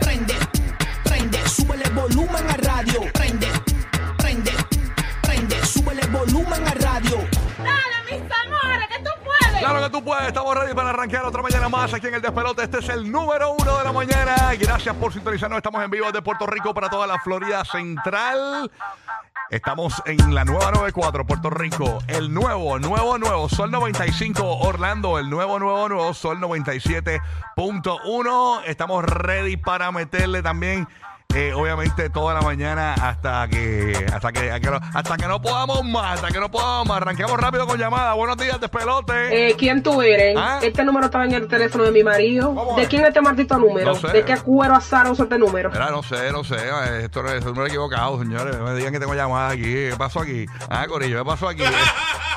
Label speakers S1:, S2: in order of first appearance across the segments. S1: prende, prende, súbele el volumen a radio. Prende, prende, prende, súbele el volumen a radio.
S2: Dale, mis amores, que tú puedes.
S3: Claro que tú puedes, estamos ready para arrancar otra mañana más aquí en el Despelote. Este es el número uno de la mañana. Gracias por sintonizarnos. Estamos en vivo de Puerto Rico para toda la Florida Central. Estamos en la nueva 94, Puerto Rico. El nuevo, nuevo, nuevo Sol 95, Orlando. El nuevo, nuevo, nuevo Sol 97.1. Estamos ready para meterle también. eh, obviamente toda la mañana hasta que hasta que, hasta que no, hasta que no podamos más, hasta que no podamos más. Arranquemos rápido con llamada. Buenos días, despelote.
S4: Eh, ¿Quién tú eres?
S3: ¿Ah?
S4: Este número estaba en el teléfono de mi marido.
S3: ¿Cómo es?
S4: ¿De quién es este maldito número?
S3: No sé.
S4: ¿De qué cuero azar usa este número?
S3: Mira, no sé, no sé. eh, Esto no es un número equivocado, señores. No me digan que tengo llamada aquí. ¿Qué pasó aquí? Ah, Corillo, ¿qué pasó aquí?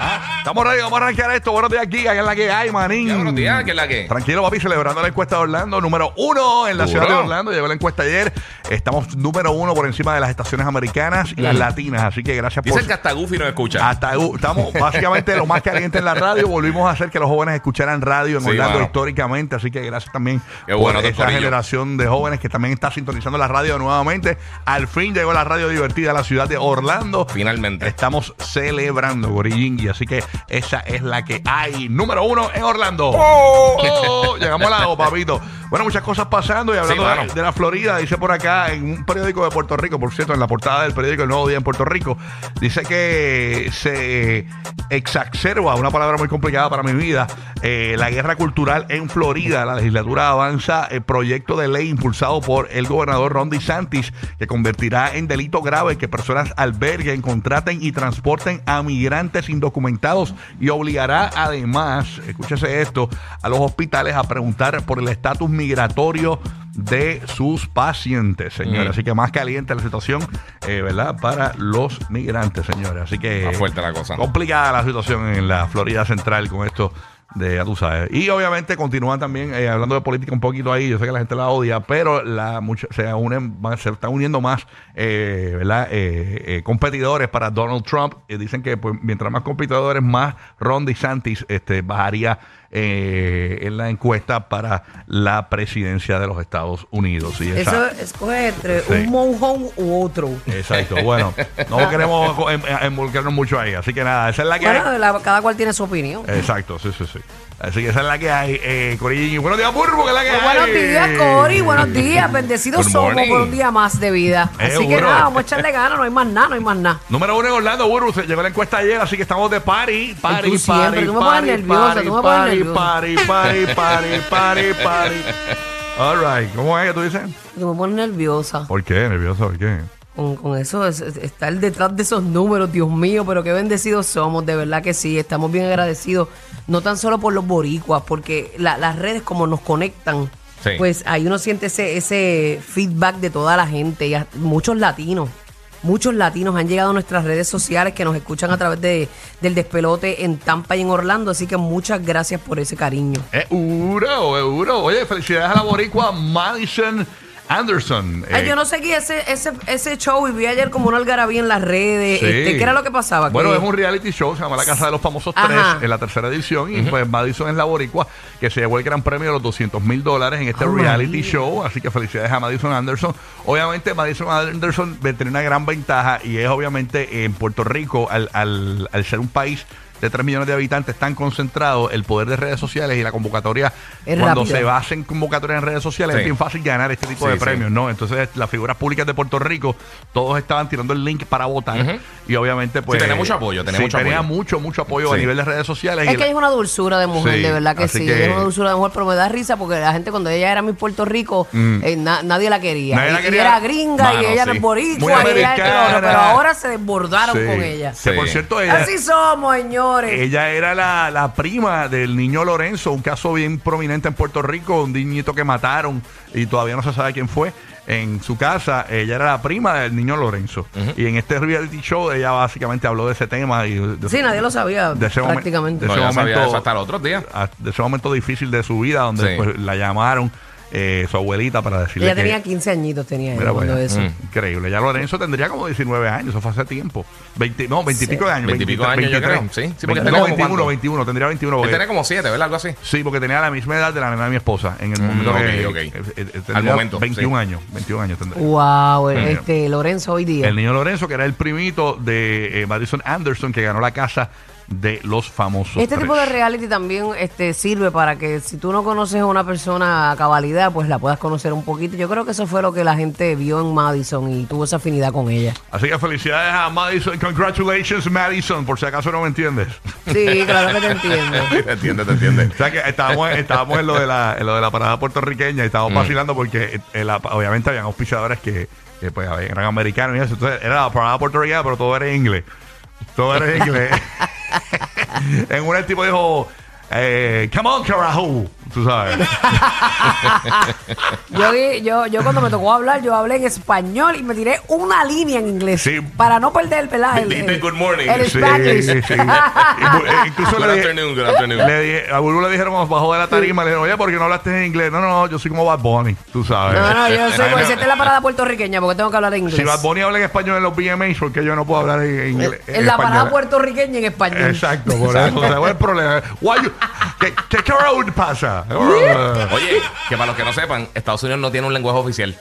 S3: Ah, estamos ready, vamos a arrancar esto. Buenos días, Giga, que es la que hay, manín.
S5: Ya, buenos días, ¿qué es la que?
S3: Tranquilo, papi, celebrando la encuesta de Orlando, número uno en la
S5: Duro.
S3: ciudad de Orlando. Llegó la encuesta ayer. Estamos número uno por encima de las estaciones americanas y las latinas. Así que gracias por.
S5: Dicen que hasta Goofy nos escucha.
S3: Hasta uh, estamos básicamente lo más caliente en la radio. Volvimos a hacer que los jóvenes escucharan radio en
S5: Sí,
S3: Orlando
S5: mano.
S3: históricamente. Así que gracias también
S5: Qué bueno,
S3: por
S5: doctor
S3: esa
S5: Corillo.
S3: generación de jóvenes que también está sintonizando la radio nuevamente. Al fin llegó la radio divertida a la ciudad de Orlando.
S5: Finalmente.
S3: Estamos celebrando Gorillingui, así que esa es la que hay. Número uno en Orlando. Oh, llegamos a la O, papito. Bueno, muchas cosas pasando y hablando
S5: Sí,
S3: de-
S5: mano.
S3: de la Florida, dice por acá en un periódico de Puerto Rico, por cierto, en la portada del periódico El Nuevo Día en Puerto Rico, dice que se exacerba, una palabra muy complicada para mi vida, eh, la guerra cultural en Florida. La legislatura avanza el proyecto de ley impulsado por el gobernador Ron DeSantis que convertirá en delito grave que personas alberguen, contraten y transporten a migrantes indocumentados y obligará además, escúchese esto, a los hospitales a preguntar por el estatus migratorio de sus pacientes, señores.
S5: Mm.
S3: Así que más caliente la situación, eh, ¿verdad? Para los migrantes, señores. Así que...
S5: Está fuerte la cosa.
S3: Complicada la situación en la Florida Central con esto de, ya tú sabes. Y obviamente continúan también eh, hablando de política un poquito ahí. Yo sé que la gente la odia, pero la mucha- se unen, van- se están uniendo más, eh, ¿verdad? Eh, eh, competidores para Donald Trump. Eh, dicen que pues, mientras más competidores, más Ron DeSantis este, bajaría eh, en la encuesta para la presidencia de los Estados Unidos. Y esa-
S6: Eso es coger entre
S3: Sí.
S6: un mojón u otro.
S3: Exacto, bueno, no queremos co- em- em- involucrarnos mucho ahí, así que nada, esa es la que hay.
S6: Bueno, la- cada cual tiene su opinión.
S3: Exacto, sí, sí, sí. Así que esa es la que hay, eh, Corillo. Buenos días, Burbu, que es la que
S6: Pues
S3: hay.
S6: buenos días, Cori. Buenos días. Bendecidos
S5: Good
S6: somos
S5: morning.
S6: por un día más de vida.
S3: Eh,
S6: Así que
S3: bueno.
S6: nada, vamos a echarle ganas. No hay más nada, no hay más nada.
S3: Número uno en Orlando, Burbu. Se llegó la encuesta ayer, así que estamos de party. Party,
S6: Ay, tú siempre,
S3: party,
S6: tú me pones
S3: party,
S6: nerviosa,
S3: party,
S6: tú me pones
S3: party,
S6: nerviosa.
S3: party, party, party, party, party. All right. ¿Cómo es que tú dices?
S6: Tú me pones nerviosa
S3: ¿Por qué? ¿Nervioso? ¿Por qué?
S6: con, con eso, es- es- estar detrás de esos números, Dios mío, pero qué bendecidos somos, de verdad que sí, estamos bien agradecidos, no tan solo por los boricuas, porque la- las redes como nos conectan,
S5: Sí.
S6: pues ahí uno siente ese, ese feedback de toda la gente, y hasta- muchos latinos. Muchos latinos han llegado a nuestras redes sociales que nos escuchan a través de, del despelote en Tampa y en Orlando, así que muchas gracias por ese cariño.
S3: Euro, euro. Oye, felicidades a la boricua Madison Anderson.
S6: Ay,
S3: Eh,
S6: yo no seguí ese, ese, ese show y vi ayer como una algarabía en las redes.
S3: Sí.
S6: Este, ¿Qué era lo que pasaba?
S3: Bueno,
S6: Que-
S3: es un reality show, se llama La Casa de los Famosos
S6: Ajá.
S3: 3, en la tercera edición, y pues Madison es la boricua, que se llevó el gran premio de los 200 mil dólares en este
S6: Oh,
S3: reality
S6: María.
S3: show, así que felicidades a Madison Anderson. Obviamente Madison Anderson tiene una gran ventaja, y es obviamente en Puerto Rico, al, al- al ser un país de 3 millones de habitantes tan concentrado, el poder de redes sociales y la convocatoria,
S6: Es
S3: cuando
S6: rápida.
S3: se basen convocatorias en redes sociales,
S5: Sí.
S3: es bien fácil ganar este tipo
S5: Sí,
S3: de
S5: sí.
S3: premios, ¿no? Entonces, las figuras públicas de Puerto Rico, todos estaban tirando el link para votar.
S5: Ujú.
S3: Y obviamente, pues.
S5: tenía mucho apoyo, tenía
S3: sí,
S5: mucho
S3: tenía
S5: apoyo.
S3: mucho, mucho apoyo a
S5: Sí.
S3: nivel de redes sociales. y
S6: Es que
S3: la-
S6: ella es una dulzura de mujer,
S3: Sí,
S6: de verdad que
S3: así
S6: sí.
S3: que-
S6: ella Es una dulzura de mujer, pero me da risa porque la gente cuando ella era mi Puerto Rico, eh, na- nadie la quería.
S3: Mm. Nadie la
S6: Y- y
S3: quería.
S6: era gringa y
S5: Mano,
S6: ella
S5: sí.
S6: era boricua,
S3: Muy
S6: y ella era
S3: americana.
S6: esto, pero ahora se desbordaron
S3: Sí.
S6: con ella.
S3: Que por
S5: Sí.
S3: cierto, ella,
S6: Así somos, señores.
S3: Ella era la, la prima del niño Lorenzo, un caso bien prominente en Puerto Rico, un niñito que mataron y todavía no se sabe quién fue. En su casa, ella era la prima del niño Lorenzo. Y en este reality show, ella básicamente habló de ese tema. Y de,
S6: sí, nadie lo sabía
S3: de ese momen-
S6: prácticamente.
S3: de
S5: No,
S3: ese
S5: yo no sabía
S3: momento-
S5: eso hasta los otros días.
S3: a- de ese momento difícil de su vida, donde
S5: Sí.
S3: pues, la llamaron eh, su abuelita para decirle.
S6: Ella
S3: que-
S6: tenía 15 añitos, tenía ella
S3: Mira para
S6: cuando
S3: allá.
S6: eso.
S3: Mm. Increíble. Ya Lorenzo tendría como 19 años, eso fue hace tiempo. 20, no, 20 y pico de años.
S5: 20 y pico
S3: 23,
S5: años, yo
S3: 23.
S5: creo. Sí, sí, porque
S3: No,
S5: tenía como
S3: 21,
S5: cuánto.
S3: 21, tendría 21.
S5: Él
S3: porque-
S5: tenía Este como siete, ¿verdad? Algo así.
S3: Sí, porque tenía la misma edad de la nena de mi esposa en el
S5: Mm,
S3: momento que-
S5: ok, ok.
S3: eh, eh, eh,
S5: Al
S3: tendría
S5: momento,
S3: 21
S5: sí.
S3: años, 21 años tendría.
S6: Wow,
S3: Mm.
S6: este Lorenzo hoy día.
S3: El niño Lorenzo, que era el primito de eh, Madison Anderson, que ganó la casa de los famosos.
S6: Este tipo de
S3: tres.
S6: reality también este, sirve para que si tú no conoces a una persona a cabalidad, pues la puedas conocer un poquito. Yo creo que eso fue lo que la gente vio en Madison y tuvo esa afinidad con ella.
S3: Así que felicidades a Madison. Congratulations, Madison, por si acaso no me entiendes.
S6: Sí, claro que te entiendo.
S5: te entiende, te entiende.
S3: O sea que estábamos, estábamos en, lo de la, en lo de la parada puertorriqueña y
S5: Mm.
S3: estábamos vacilando porque eh, la- obviamente habían auspiciadores que, que, pues, eran americanos y eso. Entonces era la parada puertorriqueña, pero todo era en inglés. Todo era en inglés. en una el tipo dijo, eh, come on, carajo. Tú sabes.
S6: Yo, vi- yo, yo cuando me tocó hablar, yo hablé en español y me tiré una línea en inglés
S3: Sí.
S6: para no perder ¿verdad? el,
S5: Dijiste
S6: el-
S5: good morning.
S6: el
S3: Sí,
S6: Spanish.
S3: sí, sí. Eh, Incluso
S5: Good
S3: le, dije-
S5: afternoon, good afternoon.
S3: le dije- a Bulbu le dijeron bajo de la tarima, le dijeron, oye, ¿por qué no hablaste en inglés? No, no, yo soy como Bad Bunny, tú sabes.
S6: No, no, yo soy
S3: Ay, no.
S6: pues, esta es la parada puertorriqueña porque tengo que hablar inglés.
S3: Si Bad Bunny habla en español en los VMAs, ¿por qué yo no puedo hablar en inglés?
S6: en la parada
S3: español?
S6: puertorriqueña en español.
S3: Exacto, por eso. ¿Cuál es el problema? Why you- ¿Qué, qué crowd pasa?
S5: Oye, que para los que no sepan, Estados Unidos no tiene un lenguaje oficial.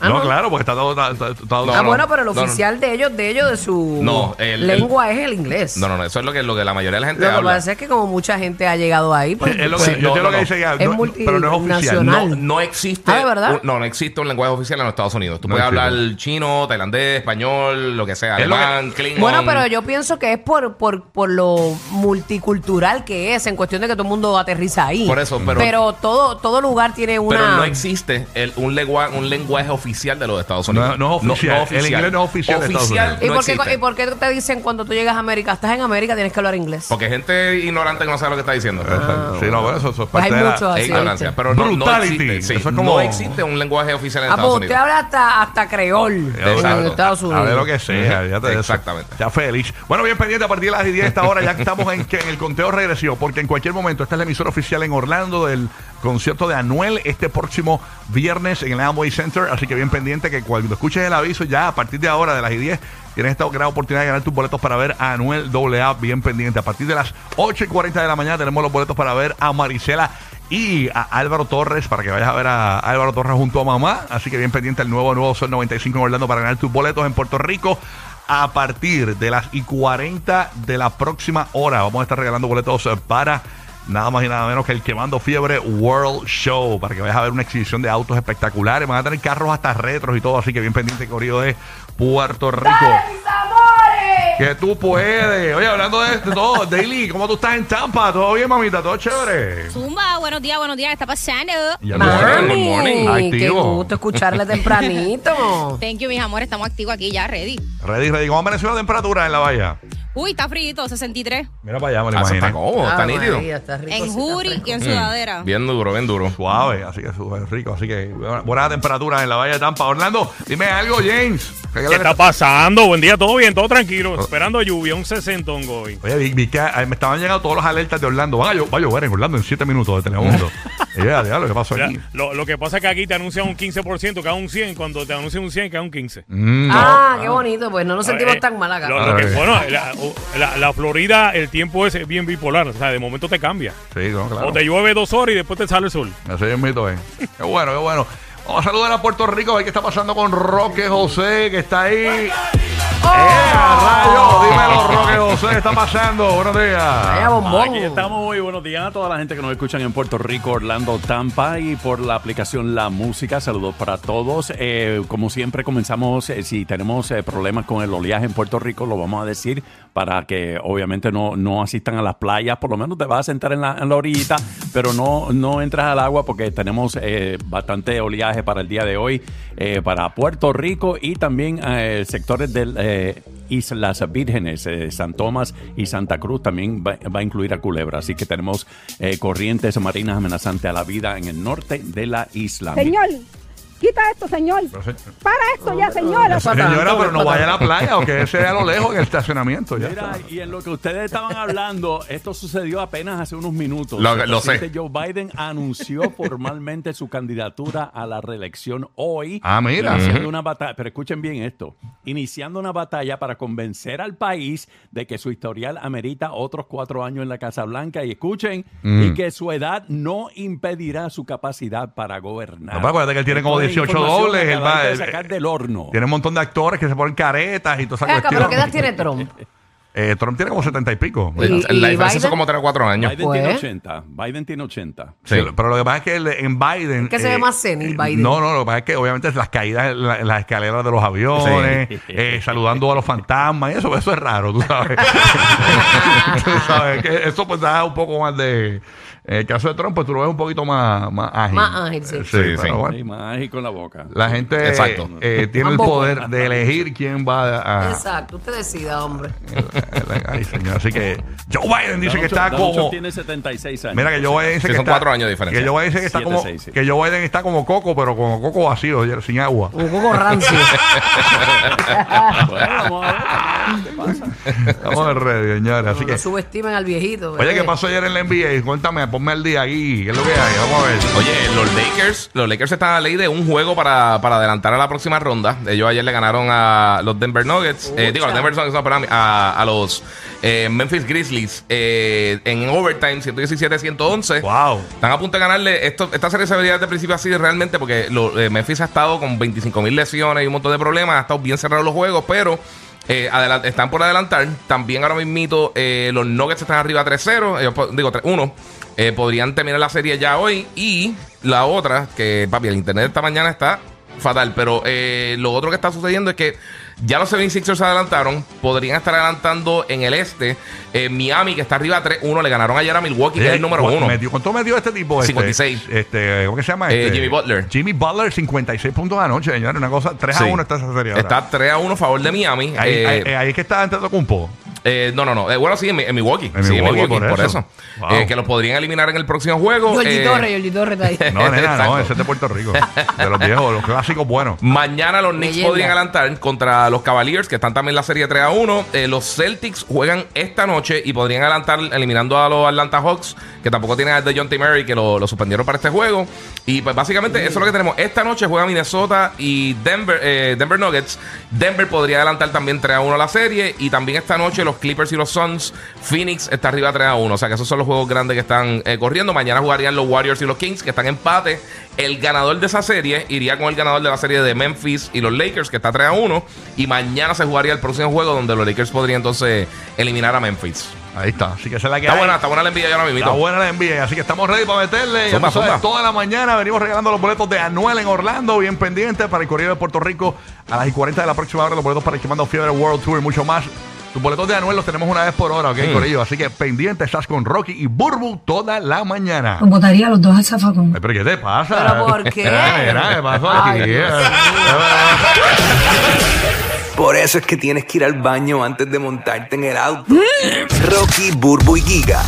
S6: Ah,
S3: no,
S6: no.
S3: claro, porque está todo... está- está- está todo-
S6: ah,
S5: no,
S6: bueno, pero el
S5: no, no.
S6: oficial de ellos, de ellos, de su
S5: No, el-
S6: lengua es el inglés.
S5: No, no, no. Eso es lo que, lo que la mayoría de la gente
S6: Lo que
S5: habla.
S6: pasa es que como mucha gente ha llegado ahí, pues,
S3: Es lo que,
S6: pues,
S3: yo
S5: no,
S3: sé
S5: no,
S3: lo que
S5: no.
S3: dice ya,
S6: Es
S3: no, pero no es oficial.
S6: multinacional.
S5: No,
S6: Mal.
S5: no existe.
S6: Ah, ¿de verdad?
S5: un- no, no existe un lenguaje oficial en los Estados Unidos. Tú
S3: No
S5: puedes
S3: existe.
S5: hablar chino, tailandés, español, lo que sea,
S3: Es lo que-
S5: alemán, klingon.
S6: bueno, pero yo pienso que es por, por, por lo multicultural que es, en cuestión de que todo el mundo aterriza ahí.
S5: Por eso, pero-
S6: todo, todo lugar tiene una.
S5: Pero no existe el- un, legua- un lenguaje oficial de los Estados Unidos.
S3: No, no es oficial. El inglés no es oficial de Estados
S5: Oficial
S3: Unidos.
S6: ¿Y,
S5: no
S6: por qué,
S5: existe.
S6: ¿Y por qué te dicen cuando tú llegas a América, estás en América, tienes que hablar inglés?
S5: Porque gente ignorante que no sabe lo que está diciendo.
S3: Exacto. Sí, no, bueno, eso, eso es
S6: Pues hay
S3: parte de la-
S6: mucho así.
S5: Es ignorancia.
S6: ¿viste?
S5: Pero no, no
S3: Brutality.
S5: existe. sí.
S3: Eso es como-
S5: No existe un lenguaje oficial en
S6: Ah,
S5: Estados
S6: pues usted
S5: Unidos.
S6: habla hasta, hasta creol en
S5: Exacto.
S6: Estados Unidos.
S3: Hable lo que sea,
S5: Ujú.
S3: ya te-
S5: Exactamente.
S3: Ya feliz. Bueno, bien pendiente a partir de las 10 de esta hora, ya que estamos en, que- en el conteo regresivo, porque en cualquier momento, esta es la emisora oficial en Orlando del concierto de Anuel este próximo viernes en el Amway Center, así que bien pendiente que cuando escuches el aviso, ya a partir de ahora, de las 10, tienes esta gran oportunidad de ganar tus boletos para ver a Anuel AA, bien pendiente. A partir de las 8 y 40 de la mañana tenemos los boletos para ver a Marisela y a Álvaro Torres para que vayas a ver a Álvaro Torres junto a mamá. Así que bien pendiente al nuevo nuevo Sol 95 en Orlando para ganar tus boletos en Puerto Rico. A partir de las y 40 de la próxima hora vamos a estar regalando boletos eh, para nada más y nada menos que el Quemando Fiebre World Show para que vayas a ver una exhibición de autos espectaculares. Van a tener carros hasta retros y todo, así que bien pendiente corrido de Puerto Rico. Que tú puedes. Oye, hablando de, de todo, Daily, ¿cómo tú estás en Tampa? ¿Todo bien, mamita? ¿Todo chévere?
S7: Zumba, buenos días, buenos días, ¿qué está pasando?
S3: Ya tú sabes.
S5: Good morning.
S6: Mami, qué
S3: Activo.
S6: gusto escucharla tempranito.
S7: Thank you, mis amores, estamos activos aquí ya, ready.
S3: Ready, ready. ¿Cómo amaneció la temperatura en la valla?
S7: Uy, está frío, 63.
S3: Mira para allá, me lo
S5: Ah, eso está
S3: imagino.
S5: cómodo, está
S6: Ah,
S5: nítido. Mm.
S6: María, está rico, sí,
S7: en
S6: está
S7: Juri y
S8: Mm.
S6: fresco.
S7: en sudadera.
S5: Bien duro, bien duro.
S3: Suave, así que súper rico. Así que buena- buena temperatura en la valla de Tampa. Orlando, dime algo, James. ¿Qué
S8: ¿Qué
S3: le-
S8: está pasando? Buen día, todo bien, todo tranquilo. Esperando lluvia, un sesentongo hoy.
S3: Oye, vi, vi que ah, me estaban llegando todos los alertas de Orlando. Van a, llo- va a llover en Orlando en 7 minutos de Telemundo. y ya, ya, lo que pasó
S8: Ya,
S3: aquí.
S8: Lo, lo que pasa es que aquí te anuncian un 15%, cada un 100. Cuando te anuncian un 100, cada un 15.
S3: Mm,
S6: Ah, qué bonito, pues no nos sentimos
S8: Eh,
S6: tan mal acá.
S8: lo- lo que-
S3: Ay.
S8: bueno, la, o- la- la Florida, el tiempo es bien bipolar. O sea, de momento te cambia.
S3: sí, no, claro.
S8: O te llueve dos horas y después te sale el sol.
S3: Así es mito, eh. Qué bueno, qué bueno. Vamos a saludar a Puerto Rico, a ver qué está pasando con Roque José, que está ahí. ¡Eh, rayo! Dímelo, Roque José, ¿qué está pasando? Buenos días.
S6: Vaya bombón.
S9: Aquí estamos muy buenos días a toda la gente que nos escuchan en Puerto Rico, Orlando, Tampa y por la aplicación La Música. Saludos para todos. Eh, como siempre comenzamos, eh, si tenemos eh, problemas con el oleaje en Puerto Rico, lo vamos a decir para que obviamente no, no asistan a las playas. Por lo menos te vas a sentar en la, en la orillita, pero no, no entras al agua porque tenemos eh, bastante oleaje para el día de hoy eh, para Puerto Rico y también eh, sectores del... eh, Islas Vírgenes, eh, San Tomás y Santa Cruz también va, va a incluir a Culebra. Así que tenemos eh, corrientes marinas amenazantes a la vida en el norte de la isla.
S2: Señor, quita esto, señor.
S3: Pero se-
S2: Para esto ya, señora.
S6: Para
S3: Señora,
S6: tanto,
S3: pero no
S6: para
S3: vaya a la playa o que sea a lo lejos en el estacionamiento. Ya
S9: Mira,
S3: está.
S9: y en lo que ustedes estaban hablando, esto sucedió apenas hace unos minutos.
S5: Lo-
S9: El
S5: lo sé.
S9: presidente Joe Biden anunció formalmente su candidatura a la reelección hoy.
S3: Ah, mira.
S9: Iniciando una batalla, pero escuchen bien esto. Iniciando una batalla para convencer al país de que su historial amerita otros cuatro años en la Casa Blanca. Y escuchen,
S3: Mm.
S9: y que su edad no impedirá su capacidad para gobernar.
S3: Papá, acuérdate que él tiene como
S9: Esto es
S3: 18
S9: información
S3: dobles, él va-
S9: acabadita de
S3: él-
S9: sacar del horno.
S3: Tiene un montón de actores que se ponen caretas y toda esa
S6: Ven acá, pero ¿qué edad
S3: cuestión.
S6: tiene Trump?
S3: Eh, Trump tiene como 70 y pico.
S6: Y-
S5: Eh, la
S6: y
S5: diferencia
S6: Biden?
S5: son como 3 o 4 años.
S9: Biden
S6: Pues.
S9: tiene 80. Biden tiene 80.
S5: Sí.
S3: Sí, Pero lo que pasa es que el- en Biden. eh,
S6: Es que se ve más senil, Biden.
S3: No, no, lo que pasa es que obviamente las caídas en, la- en las escaleras de los aviones,
S9: Sí.
S3: eh, saludando a los fantasmas, y eso, eso es raro, tú sabes. Tú sabes que eso pues da un poco más de. En el caso de Trump, pues tú lo ves un poquito más, más ágil.
S6: Más ágil, sí.
S3: Eh,
S5: Sí, sí.
S3: pero bueno.
S9: Sí, mágico en la boca.
S3: La gente
S5: Exacto.
S3: eh, tiene el
S6: Mambo.
S3: poder de elegir quién va a.
S6: Exacto, usted decida, hombre.
S3: Ay, señor. Así que Joe Biden dice
S9: Donald
S3: que está
S9: Trump- Donald
S3: como.
S9: Trump tiene 76 años.
S3: Mira que Joe Biden dice
S5: Sí,
S3: que
S5: son
S3: está-
S5: cuatro años de diferencia.
S3: Que Joe Biden dice que está
S9: Siete,
S3: como
S9: seis, sí.
S3: que Joe Biden está como coco, pero como coco vacío, ya- sin agua.
S6: Un poco rancio.
S9: Bueno, vamos a ver, ¿qué pasa?
S3: Estamos en red, señores. Así que
S6: No subestimen al viejito.
S3: Oye, ¿qué
S6: ¿eh?
S3: pasó ayer en la NBA? Cuéntame, ponme el día aquí. ¿Qué es lo que hay? Vamos a ver.
S5: Oye, los Lakers, los Lakers están a la ley de un juego para, para adelantar a la próxima ronda. Ellos ayer le ganaron a los Denver Nuggets, eh, digo, a los Denver Nuggets, no, perdón, a, a los eh, Memphis Grizzlies eh, en overtime 117-111.
S3: Wow.
S5: Están a punto de ganarle. Esto, esta serie se veía desde el principio así realmente porque lo- eh, Memphis ha estado con 25 mil lesiones y un montón de problemas. Ha estado bien cerrados los juegos, pero eh, adela- están por adelantar. También ahora mismito eh, los Nuggets están arriba 3-0. ellos po- digo, 3-1. Eh, podrían terminar la serie ya hoy. Y la otra, que papi, el internet esta mañana está fatal. Pero eh, lo otro que está sucediendo es que ya los 76ers se adelantaron. Podrían estar adelantando en el este. Eh, Miami, que está arriba 3-1, le ganaron ayer a Milwaukee, que es el número
S3: ¿Cuánto
S5: 1.
S3: metió- ¿Cuánto metió este tipo? Este,
S5: 56.
S3: Este, ¿Cómo que se llama?
S5: Eh,
S3: Este,
S5: Jimmy Butler.
S3: Jimmy Butler, 56 puntos anoche, señores. Una cosa, 3 a
S5: Sí.
S3: 1 está esa serie. ahora.
S5: Está 3 a 1 a favor de Miami.
S3: ahí,
S5: Eh,
S3: ahí- ahí es que está entrando Cumpo.
S5: eh, no, no, no. Eh, bueno, sí, en, mi- en Milwaukee.
S3: En
S5: Sí, en
S3: Milwaukee,
S5: Milwaukee, por,
S3: por
S5: eso.
S3: eso. Wow.
S5: Eh, que los podrían eliminar en el próximo juego.
S6: Giorgi
S5: Eh,
S6: Torres, Giorgi Torres está ahí.
S3: No, nena,
S5: Exacto.
S3: no, ese es de Puerto Rico. De los viejos, los clásicos buenos.
S5: Mañana los Knicks
S6: Leyenda.
S5: podrían adelantar contra los Cavaliers, que están también en la serie 3 a 1. Eh, los Celtics juegan esta noche y podrían adelantar eliminando a los Atlanta Hawks, que tampoco tienen a John T. Murray, que lo, lo suspendieron para este juego. Y pues básicamente eso es lo que tenemos. Esta noche juega Minnesota y Denver, eh, Denver Nuggets. Denver podría adelantar también 3 a 1 la serie. Y también esta noche los Clippers y los Suns. Phoenix está arriba 3 a 1. O sea que esos son los juegos grandes que están eh, corriendo. Mañana jugarían los Warriors y los Kings, que están en empate. El ganador de esa serie iría con el ganador de la serie de Memphis y los Lakers, que está 3 a 1. Y mañana se jugaría el próximo juego donde los Lakers podrían entonces eliminar a Memphis.
S3: Ahí está. Así que esa es la que
S5: Está
S3: hay.
S5: buena, está buena la envidia ya ahora mismo.
S3: Está buena la envía, así que estamos ready para meterle. Ya
S5: Zumba,
S3: tú sabes,
S5: zumba.
S3: toda la mañana venimos regalando los boletos de Anuel en Orlando, bien pendientes para el Corrido de Puerto Rico a las y 40 de la próxima hora. Los boletos para el Quemando Fiebre World Tour y mucho más. Tus boletos de Anuel los tenemos una vez por hora, ¿ok,
S5: Mm.
S3: Corillo? Así que pendiente, estás con Rocky y Burbu toda la mañana.
S4: Votaría los dos al zafacón.
S3: Ay, ¿Pero qué te pasa?
S6: ¿Pero por qué?
S3: Mira, mira, ¿qué pasó
S6: Ay,
S3: aquí?
S6: Dios
S1: Por eso es que tienes que ir al baño antes de montarte en el auto. Rocky, Burbu y Giga,